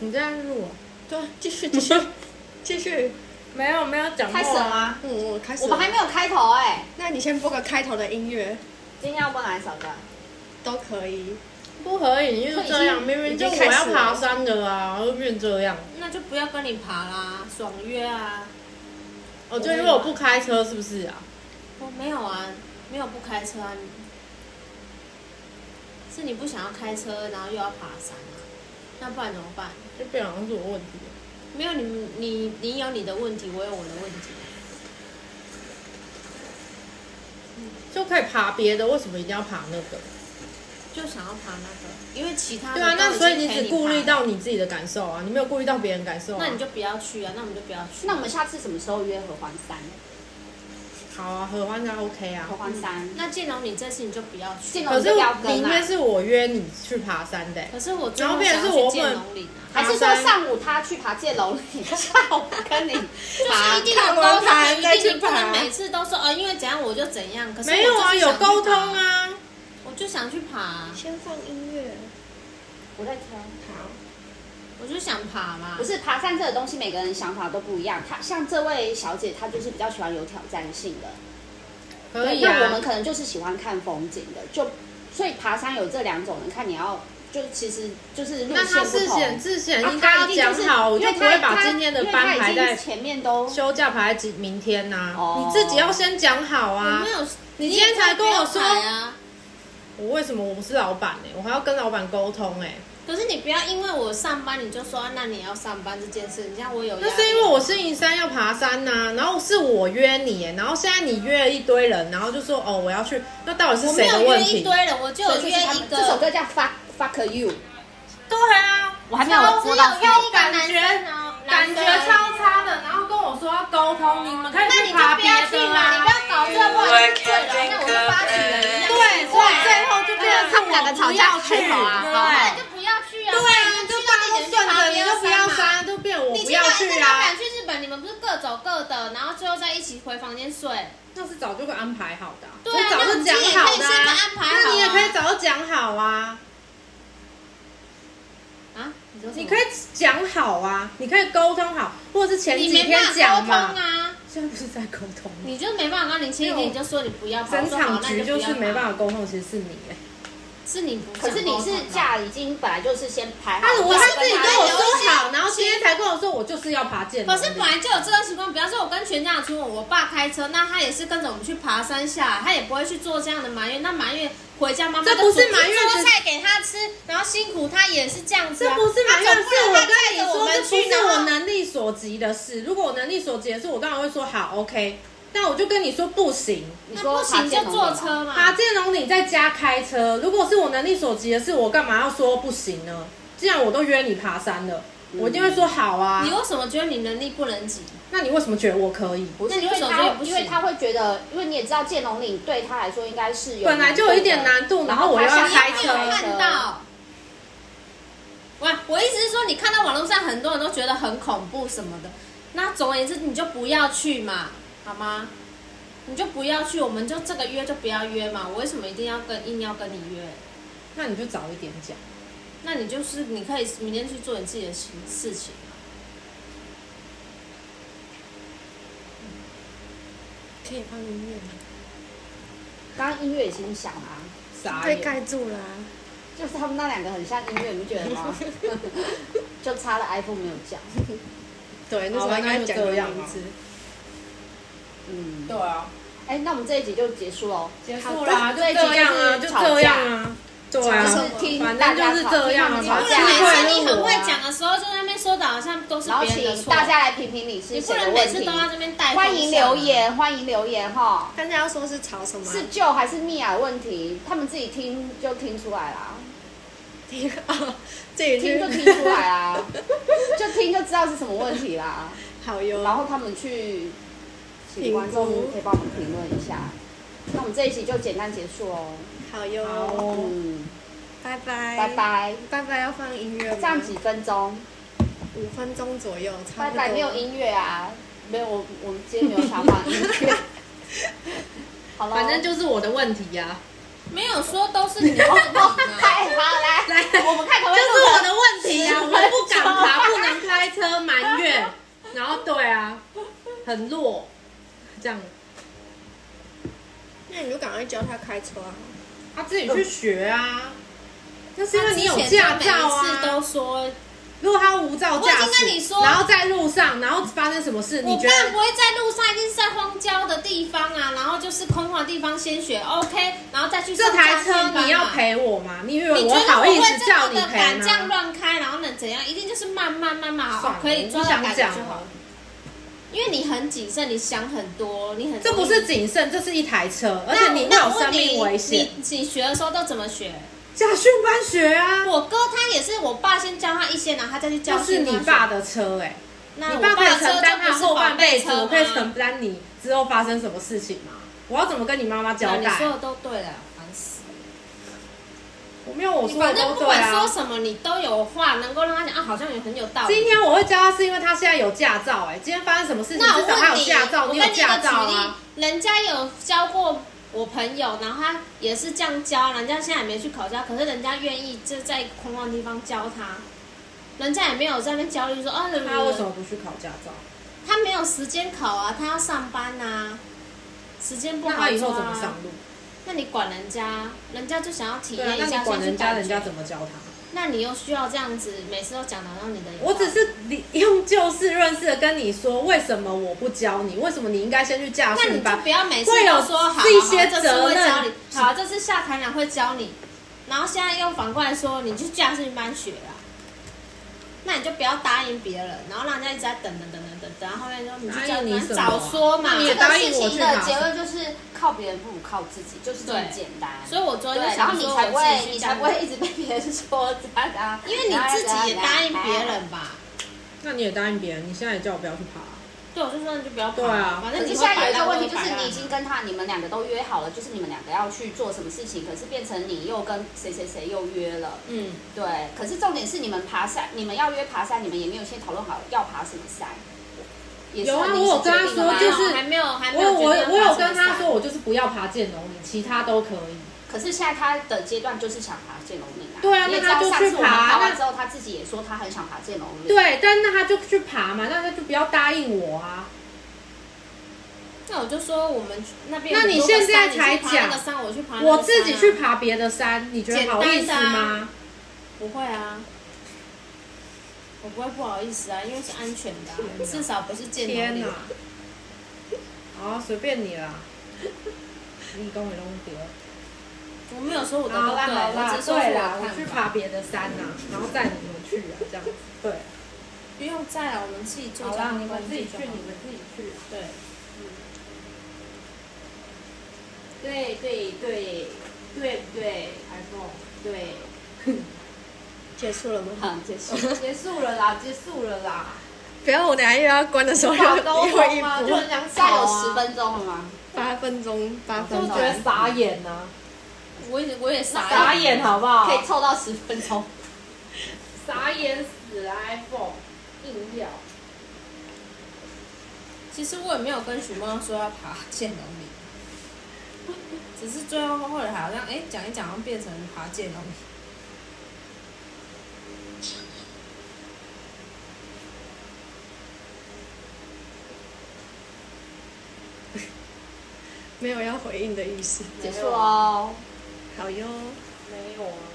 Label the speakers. Speaker 1: 你这样就是我，
Speaker 2: 对，继续继 续继续，没有没有讲过
Speaker 3: 开始了吗？
Speaker 1: 嗯，我开始
Speaker 3: 我
Speaker 1: 了。
Speaker 3: 们还没有开头哎、
Speaker 1: 那你先播个开头的音乐
Speaker 3: 今天要播哪一首歌？
Speaker 1: 都可以。
Speaker 2: 啊不合影就是这样，
Speaker 3: 已经
Speaker 2: 明明就
Speaker 1: 已经
Speaker 2: 我
Speaker 1: 开始
Speaker 2: 要
Speaker 1: 了
Speaker 2: 爬山的啊，又变这样。
Speaker 4: 那就不要跟你爬啦，爽约啊！
Speaker 2: 哦，就因为我不开车，是不是啊？
Speaker 4: 我没有啊，没有不开车啊，是你不想要开车，然后又要爬山啊，那不然怎么办？
Speaker 2: 就变好像是我问题。
Speaker 4: 没有你你你有你的问题，我有我的问题。
Speaker 2: 就可以爬别的，为什么一定要爬那个？
Speaker 4: 就想要爬那个，因为其他的
Speaker 2: 对啊，那
Speaker 4: 都已
Speaker 2: 所以
Speaker 4: 经
Speaker 2: 你
Speaker 4: 陪
Speaker 2: 只顾
Speaker 4: 爬
Speaker 2: 虑
Speaker 4: 了，
Speaker 2: 到你自己的感受啊，你没有顾虑到别人感受、啊。
Speaker 4: 那你就不要去啊，那我们就不要去。
Speaker 3: 那我们下次什么时候约合欢山？
Speaker 2: 好啊，合欢山 OK 啊
Speaker 3: 合。欢山，
Speaker 4: 那建龙，你这次你就不要去。
Speaker 3: 建龙
Speaker 2: 可
Speaker 3: 你
Speaker 2: 是
Speaker 3: 就不要跟
Speaker 2: 明
Speaker 3: 啦
Speaker 2: 天，是我约你去爬山的欸、
Speaker 4: 可是我最
Speaker 2: 然后
Speaker 4: 后
Speaker 2: 变
Speaker 4: 想
Speaker 2: 成
Speaker 4: 要
Speaker 2: 是我
Speaker 4: 去
Speaker 2: 们
Speaker 4: 建龙岭啊，
Speaker 3: 还是说上午他去爬界楼 岭，下午跟你爬？
Speaker 4: 一定
Speaker 1: 看
Speaker 4: 有沟
Speaker 1: 完
Speaker 4: 通，
Speaker 1: 盘再
Speaker 4: 一定
Speaker 1: 去
Speaker 4: 你不能
Speaker 1: 爬
Speaker 4: 每次都说呃，因为怎样我就怎样。可是
Speaker 2: 没有
Speaker 4: 我
Speaker 2: 啊，
Speaker 4: 就是
Speaker 2: 有
Speaker 4: 想去
Speaker 2: 沟通
Speaker 4: 爬，
Speaker 2: 啊。
Speaker 4: 我就想去爬，啊
Speaker 1: 先放音乐，
Speaker 3: 我在听。
Speaker 1: 好。
Speaker 4: 我就想爬嘛
Speaker 3: 不。是爬山这个东西，每个人想法都不一样。她像这位小姐，她就是比较喜欢有挑战性的。
Speaker 2: 可以
Speaker 3: 那我们
Speaker 2: 啊，
Speaker 3: 可能就是喜欢看风景的，就所以爬山有这两种人，看你要就其实就是路
Speaker 2: 那他
Speaker 3: 线不
Speaker 2: 事
Speaker 3: 同
Speaker 2: 先。事先
Speaker 3: 啊
Speaker 2: 应该
Speaker 3: 他
Speaker 2: 要
Speaker 3: 一定
Speaker 2: 讲
Speaker 3: 就是
Speaker 2: 好，我
Speaker 3: 因
Speaker 2: 就
Speaker 3: 为
Speaker 2: 不
Speaker 3: 他
Speaker 2: 会把
Speaker 3: 他
Speaker 2: 今天的
Speaker 3: 因为他
Speaker 2: 班
Speaker 3: 已
Speaker 2: 排
Speaker 3: 经
Speaker 2: 在
Speaker 3: 前面都
Speaker 2: 休假排在今明天呐、
Speaker 3: 哦
Speaker 2: 你自己要先讲好
Speaker 4: 我
Speaker 2: 啊
Speaker 4: 没。有，
Speaker 2: 你
Speaker 4: 也
Speaker 2: 今天
Speaker 4: 可以
Speaker 2: 才
Speaker 4: 不
Speaker 2: 跟我
Speaker 4: 要
Speaker 2: 说
Speaker 4: 买啊。
Speaker 2: 我为什么我不是老板呢、我还要跟老板沟通哎、
Speaker 4: 可是你不要因为我上班你就说啊那你要上班这件事，你让我有压力
Speaker 2: 那是因为我星期三要爬山呐、然后是我约你耶，然后现在你约了一堆人，然后就说哦我要去，那到底是
Speaker 4: 我没
Speaker 2: 谁的
Speaker 4: 有约
Speaker 2: 问
Speaker 4: 一
Speaker 2: 题？
Speaker 4: 堆人，我就有
Speaker 3: 这
Speaker 4: 约
Speaker 3: 是他们
Speaker 4: 一个。
Speaker 3: 这首歌叫 Fuck Fuck You，
Speaker 2: 对啊，
Speaker 3: 我还没有播到
Speaker 4: 约一个
Speaker 2: 感
Speaker 4: 男
Speaker 2: 觉
Speaker 4: 生哦，
Speaker 2: 感
Speaker 4: 男
Speaker 2: 觉
Speaker 4: 生
Speaker 2: 超差的，然后跟我说要沟通，你们可以
Speaker 4: 那
Speaker 2: 去
Speaker 4: 你就
Speaker 2: 爬
Speaker 4: 不
Speaker 2: 别
Speaker 4: 要去
Speaker 2: 的啊
Speaker 4: 嘛，
Speaker 2: 啦
Speaker 4: 你不。要搞这我已经对了，那我是发起人一样。
Speaker 2: 对，啊所以最后就变成是
Speaker 3: 他们两个吵架
Speaker 2: 我不要
Speaker 3: 开
Speaker 2: 去
Speaker 3: 头啊
Speaker 2: 对
Speaker 3: 好
Speaker 4: 那你就不要去啊。
Speaker 2: 对啊，你就大家都顺着，你就不要啊
Speaker 4: 删。
Speaker 2: 删，就变我
Speaker 4: 你
Speaker 2: 不
Speaker 4: 去
Speaker 2: 要
Speaker 4: 完
Speaker 2: 去
Speaker 4: 老
Speaker 2: 啊
Speaker 4: 板。去日本，你们不是各走各的，然后最后再一起回房间睡。
Speaker 2: 那是早就给安排好的啊，
Speaker 4: 对啊
Speaker 2: 我早就讲好的
Speaker 4: 那你自己也可以先
Speaker 2: 啊
Speaker 4: 把安排好啊
Speaker 2: 那你也可以早就讲好啊，
Speaker 4: 啊？你说什么
Speaker 2: 你可以讲好啊，你可以沟通好，或者是前
Speaker 4: 你
Speaker 2: 几
Speaker 4: 没
Speaker 2: 天
Speaker 4: 办法
Speaker 2: 讲
Speaker 4: 沟
Speaker 2: 嘛。
Speaker 4: 通啊，
Speaker 2: 现在不是在沟通吗，
Speaker 4: 你就没办法跟你前一天你就说你不要跑，
Speaker 2: 整场局
Speaker 4: 就
Speaker 2: 就是没办
Speaker 4: 法，
Speaker 2: 法沟通，其实是你哎。
Speaker 4: 是你不想
Speaker 3: 可是你
Speaker 4: 沟
Speaker 3: 是
Speaker 4: 通吧
Speaker 3: 假已经本来就是先排好
Speaker 2: 他，哎我他
Speaker 3: 就是
Speaker 2: 自己
Speaker 3: 他
Speaker 2: 跟我说好，然后今天才跟我说我就是要爬剑。
Speaker 4: 可是本来就有这个习惯，比方说，我跟全家人出门，我爸开车，那他也是跟着我们去爬山下来，他也不会去做这样的埋怨。那埋怨回家妈妈
Speaker 2: 这
Speaker 4: 就
Speaker 2: 不是
Speaker 4: 煮一
Speaker 2: 埋怨
Speaker 4: 桌
Speaker 2: 只
Speaker 4: 菜给他吃，然后辛苦他也是这样子、
Speaker 2: 这
Speaker 4: 啊。
Speaker 2: 不是埋
Speaker 4: 他
Speaker 2: 怨，
Speaker 4: 总
Speaker 2: 是
Speaker 4: 不能
Speaker 2: 我
Speaker 4: 他
Speaker 2: 跟
Speaker 4: 带
Speaker 2: 你
Speaker 4: 着
Speaker 2: 说，这
Speaker 4: 们
Speaker 2: 不
Speaker 4: 去，
Speaker 2: 是
Speaker 4: 然
Speaker 2: 我
Speaker 4: 后
Speaker 2: 能力所及的事。如果我能力所及的事，我当然会说好 OK，但我就跟你说不行。
Speaker 3: 你
Speaker 4: 那
Speaker 3: 说
Speaker 4: 不行就坐车嘛。
Speaker 2: 爬建龙，你在家开车，如果是我能力所及的事，我干嘛要说不行呢？既然我都约你爬山了，我一定会说好啊
Speaker 4: 你。为什么觉得你能力不能及？
Speaker 2: 那你为什么觉得我可以？
Speaker 3: 不是
Speaker 4: 那你
Speaker 3: 因
Speaker 4: 为
Speaker 3: 为
Speaker 4: 什么
Speaker 3: 他
Speaker 4: 觉得不
Speaker 3: 因为
Speaker 4: 行
Speaker 3: 他会觉得，因为你也知道剑龙岭对他来说应该是有
Speaker 2: 本来就有一点难度然后我又要
Speaker 3: 他
Speaker 2: 开车
Speaker 3: 想
Speaker 4: 你有没有看到？喂，我意思是说，你看到网络上很多人都觉得很恐怖什么的，那总而言之，你就不要去嘛，好吗？你就不要去，我们就这个约就不要约嘛。我为什么一定要跟硬要跟你约？
Speaker 2: 那你就早一点讲。
Speaker 4: 那你就是你可以明天去做你自己的事事情啊。
Speaker 1: 可以放音乐吗？
Speaker 3: 刚刚音乐已经响了啊，
Speaker 2: 傻
Speaker 1: 被
Speaker 2: 眼。
Speaker 1: 盖住了啊、
Speaker 3: 就是他们那两个很像音乐，你不觉得 吗？就差了 iPhone 没有讲，
Speaker 2: 对，那时
Speaker 1: 好
Speaker 2: 候
Speaker 1: 吧
Speaker 2: 应该讲个
Speaker 1: 那就这样
Speaker 2: 名字。
Speaker 3: 嗯，
Speaker 2: 对啊，
Speaker 3: 哎，那我们这一集就结束喽。
Speaker 2: 结束啦，
Speaker 3: 好
Speaker 2: 就
Speaker 3: 这一集
Speaker 2: 这样啊，
Speaker 3: 就
Speaker 2: 就是这样啊，对啊，
Speaker 3: 就是
Speaker 2: 反
Speaker 3: 听大
Speaker 2: 正
Speaker 3: 家
Speaker 2: 就是这样啊，
Speaker 3: 吵
Speaker 2: 反
Speaker 3: 听
Speaker 4: 不
Speaker 2: 正
Speaker 4: 然每
Speaker 2: 快
Speaker 4: 次
Speaker 2: 乐
Speaker 4: 你很
Speaker 2: 我
Speaker 4: 会
Speaker 2: 啊
Speaker 4: 讲的时候，就在那边说的好像都是
Speaker 3: 然后
Speaker 4: 别人的
Speaker 3: 请
Speaker 4: 错，
Speaker 3: 大家来评评理是
Speaker 4: 你不
Speaker 3: 谁的
Speaker 4: 能每
Speaker 3: 问
Speaker 4: 次
Speaker 3: 题
Speaker 4: 都。要这边带风向啊。
Speaker 3: 欢迎留言，欢迎留言哈。
Speaker 1: 大家要说是吵什么啊？
Speaker 3: 是旧还是蜜雅的问题，他们自己听就听出来 啦，
Speaker 1: 听 哦，这一句
Speaker 3: 听就听出来啦，就听就知道是什么问题啦。
Speaker 1: 好哟。
Speaker 3: 然后他们去请观众可以帮我们评论一下。那我们这一期就简单结束哦。
Speaker 1: 好哟，
Speaker 2: 好
Speaker 3: 嗯，
Speaker 1: 拜拜，
Speaker 3: 拜，拜。
Speaker 1: 拜拜，要放音乐吗？
Speaker 3: 这样几分钟？
Speaker 1: 五分钟左右，差
Speaker 3: 拜
Speaker 1: 不多。
Speaker 3: 拜，没有音乐啊，没有，我我们今天没有想 放音乐。好了，
Speaker 2: 反正就是我的问题啊呀、
Speaker 4: 没有说都是你的问题啊
Speaker 3: 哦
Speaker 4: 嘛。
Speaker 3: 太好来，
Speaker 2: 来
Speaker 3: 我们看可不可以
Speaker 2: 就是
Speaker 3: 录个
Speaker 2: 啊我的问题呀、我不敢爬，啊，对啊，很弱，这样
Speaker 1: 那你就赶快教他开车啊！
Speaker 2: 他自己去学啊。那是因为你有
Speaker 4: 他之
Speaker 2: 驾
Speaker 4: 前就
Speaker 2: 照
Speaker 4: 每一次
Speaker 2: 啊。
Speaker 4: 都说，
Speaker 2: 如果他无照
Speaker 4: 我已
Speaker 2: 驾
Speaker 4: 经
Speaker 2: 驶，
Speaker 4: 跟你说
Speaker 2: 然后在路上，然后发生什么事，你
Speaker 4: 我
Speaker 2: 觉
Speaker 4: 爸
Speaker 2: 得
Speaker 4: 不会在路上，一定是在荒郊的地方啊，然后就是空旷的地方先学 OK，然后再去上
Speaker 2: 这台
Speaker 4: 驾训班
Speaker 2: 车
Speaker 4: 嘛
Speaker 2: 你要。赔我吗？你以为
Speaker 4: 你觉
Speaker 2: 我
Speaker 4: 得
Speaker 2: 好
Speaker 4: 我
Speaker 2: 意
Speaker 4: 会
Speaker 2: 思
Speaker 4: 这
Speaker 2: 叫
Speaker 4: 么
Speaker 2: 你
Speaker 4: 的
Speaker 2: 赔
Speaker 4: 敢这样
Speaker 2: 吗？
Speaker 4: 乱开，然后能怎样？一定就是慢慢慢慢
Speaker 2: 算
Speaker 4: 好
Speaker 2: 了，
Speaker 4: 可以抓到
Speaker 2: 我
Speaker 4: 感
Speaker 2: 不想
Speaker 4: 觉
Speaker 2: 讲
Speaker 4: 就好
Speaker 2: 了。
Speaker 4: 因为你很谨慎，你想很多，你很
Speaker 2: 这不是谨慎，这是一台车，而且你会
Speaker 4: 那
Speaker 2: 有
Speaker 4: 我
Speaker 2: 生
Speaker 4: 问你
Speaker 2: 命危险。
Speaker 4: 你你学的时候都怎么学？
Speaker 2: 驾训班学啊，
Speaker 4: 我哥他也是，我爸先教他一些，然后他再去教
Speaker 2: 就
Speaker 4: 训
Speaker 2: 是
Speaker 4: 他
Speaker 2: 你
Speaker 4: 学
Speaker 2: 爸，的车哎、
Speaker 4: 那
Speaker 2: 你
Speaker 4: 我
Speaker 2: 爸可以
Speaker 4: 的车
Speaker 2: 承担
Speaker 4: 就
Speaker 2: 他
Speaker 4: 不是
Speaker 2: 后
Speaker 4: 宝
Speaker 2: 半辈子，
Speaker 4: 车
Speaker 2: 我可以
Speaker 4: 吗
Speaker 2: 承担你之后发生什么事情吗？我要怎么跟你妈妈交
Speaker 4: 那你
Speaker 2: 代？
Speaker 4: 说的都对了，烦死。
Speaker 2: 我没有我
Speaker 4: 你
Speaker 2: 说的
Speaker 4: 反正
Speaker 2: 都
Speaker 4: 不
Speaker 2: 对
Speaker 4: 管说
Speaker 2: 啊。
Speaker 4: 什么，你都有话能够让他讲啊，好像也很有道
Speaker 2: 今
Speaker 4: 理。
Speaker 2: 天我会教他，是因为他现在有驾照哎、今天发生什么事情，
Speaker 4: 那我
Speaker 2: 至少他
Speaker 4: 问
Speaker 2: 有
Speaker 4: 你，
Speaker 2: 驾照，
Speaker 4: 我
Speaker 2: 你
Speaker 4: 跟
Speaker 2: 有
Speaker 4: 你一
Speaker 2: 驾
Speaker 4: 个
Speaker 2: 照
Speaker 4: 举
Speaker 2: 啊。
Speaker 4: 例，人家有教过我朋友，然后他也是这样教，人家现在也没去考驾，可是人家愿意就在空旷地方教他，人家也没有在那边焦虑说啊，
Speaker 2: 他为什么不去考驾照？
Speaker 4: 他没有时间考啊，他要上班呐、时间不
Speaker 2: 那
Speaker 4: 好、啊。
Speaker 2: 他以后怎么上？路？
Speaker 4: 那你管人家，人家就想要体
Speaker 2: 对啊
Speaker 4: 验，一
Speaker 2: 那
Speaker 4: 下，
Speaker 2: 你管
Speaker 4: 先去
Speaker 2: 人家，
Speaker 4: 感觉
Speaker 2: 人家怎么教他？
Speaker 4: 那你又需要这样子，每次都讲的让你的有道理。
Speaker 2: 我只是理用就事论事的跟你说，为什么我不教你？为什么你应该先去驾
Speaker 4: 那你
Speaker 2: 训
Speaker 4: 就
Speaker 2: 班
Speaker 4: 不？要每次
Speaker 2: 会有
Speaker 4: 都说好，好
Speaker 2: 这些
Speaker 4: 这次
Speaker 2: 责
Speaker 4: 会教
Speaker 2: 任
Speaker 4: 你，好，这次下台长会教你，然后现在又反过来说你去驾训班学啦。那你就不要答应别人，然后让人家一直在等等等等等等，然后后面说你去驾
Speaker 2: 答应
Speaker 4: 训
Speaker 2: 你
Speaker 4: 班
Speaker 2: 什么
Speaker 4: 早说嘛
Speaker 2: 那。你也
Speaker 3: 这
Speaker 2: 答
Speaker 3: 个
Speaker 2: 应
Speaker 3: 事
Speaker 2: 我
Speaker 3: 情
Speaker 2: 去
Speaker 3: 的
Speaker 2: 考
Speaker 3: 结
Speaker 2: 试。
Speaker 3: 论就是靠别人不如靠自己，就是这么
Speaker 4: 对
Speaker 3: 简单。
Speaker 4: 所以我昨天就
Speaker 3: 对，然
Speaker 4: 想
Speaker 3: 后你
Speaker 4: 说，
Speaker 3: 才不会，
Speaker 4: 我
Speaker 3: 你才不会一直被别人说这样啊，
Speaker 4: 因为你自己也答应别人吧？
Speaker 2: 那你也答应别人，你现在也叫我不要去爬、
Speaker 4: 对，我就说你就不要跑
Speaker 2: 对啊
Speaker 4: 反
Speaker 3: 可
Speaker 4: 正
Speaker 3: 是
Speaker 4: 你
Speaker 3: 现
Speaker 4: 会
Speaker 3: 在有
Speaker 4: 摆
Speaker 3: 一
Speaker 4: 烂
Speaker 3: 个问题，就
Speaker 4: 我会
Speaker 3: 是
Speaker 4: 摆烂
Speaker 3: 你已经跟他，你们两个都约好了，就是你们两个要去做什么事情，可是变成你又跟谁谁谁又约了，
Speaker 4: 嗯，
Speaker 3: 对。可是重点是你们爬山，你们要约爬山，你们也没有先讨论好要爬什么山，也是
Speaker 2: 有啊
Speaker 3: 临时
Speaker 2: 我有跟他
Speaker 3: 决定的
Speaker 2: 说
Speaker 3: 吗
Speaker 2: 就是
Speaker 4: 啊还没有还
Speaker 2: 我
Speaker 4: 没有
Speaker 2: 有我
Speaker 4: 决定要
Speaker 2: 有我有
Speaker 4: 发什么
Speaker 2: 跟他
Speaker 4: 事啊
Speaker 2: 说，我就是不要爬剑龙，你其他都可以。
Speaker 3: 可是现在他的阶段就是想爬剑龙岭啊，
Speaker 2: 对啊
Speaker 3: 因为
Speaker 2: 那他就
Speaker 3: 知道上
Speaker 2: 去
Speaker 3: 次我们
Speaker 2: 爬
Speaker 3: 爬完
Speaker 2: 那
Speaker 3: 之后，他自己也说他很想爬剑龙岭，
Speaker 2: 对，但那他就去爬嘛，那他就不要答应我啊。
Speaker 4: 那我就说我们那边有
Speaker 2: 那你
Speaker 4: 很多
Speaker 2: 现
Speaker 4: 个
Speaker 2: 在
Speaker 4: 山
Speaker 2: 才
Speaker 4: 你去爬那个
Speaker 2: 讲
Speaker 4: 山我去爬那个山啊，
Speaker 2: 我自己去爬别的山，你觉得好意思
Speaker 4: 简单的
Speaker 2: 吗
Speaker 4: 啊？不会啊，我不会不好意思啊，因为是安全的啊、
Speaker 2: 天哪
Speaker 4: 至少不是见
Speaker 2: 天
Speaker 4: 哪
Speaker 2: 哪！！好，随便你啦。你跟我弄丢。
Speaker 4: 我没有说我的
Speaker 2: 好
Speaker 4: 都
Speaker 2: 啦好
Speaker 4: 对，我
Speaker 2: 啦
Speaker 4: 只，是说
Speaker 2: 对
Speaker 4: 是
Speaker 2: 啦，
Speaker 4: 我
Speaker 2: 我
Speaker 4: 看
Speaker 2: 去
Speaker 4: 法
Speaker 2: 爬别的山呐，然后带你们去啊，这样子。对，
Speaker 4: 不用再了，我们自己做
Speaker 2: 好
Speaker 4: 就好，
Speaker 2: 啦，你们自己去，
Speaker 4: 就好
Speaker 2: 你们自己去。啊
Speaker 4: 对，
Speaker 3: 对对对对不对？还说对。
Speaker 1: 结束了吗？
Speaker 3: 好，结 束。
Speaker 2: 结束了啦，结束了啦。
Speaker 1: 不要，我等下又要关的时候又
Speaker 2: 打高
Speaker 1: 又一
Speaker 2: 通啊，就
Speaker 1: 波
Speaker 2: 很想
Speaker 3: 现在
Speaker 2: 吵
Speaker 3: 有十
Speaker 2: 啊，
Speaker 3: 分钟了吗？
Speaker 1: 八分钟，八
Speaker 2: 就
Speaker 1: 分
Speaker 2: 觉
Speaker 1: 钟。
Speaker 2: 得傻眼呐，
Speaker 4: 我也我也傻
Speaker 2: 傻眼好不好？
Speaker 3: 可以凑到十分钟。
Speaker 2: 傻眼死了 iPhone，硬要。
Speaker 4: 其实我也没有跟许梦说要爬剑龙岭，只是最后后来好像哎讲、一讲，好像变成爬剑龙岭。
Speaker 1: 没有要回应的意思。
Speaker 3: 结束喽。
Speaker 1: 好哟。
Speaker 2: 没有啊。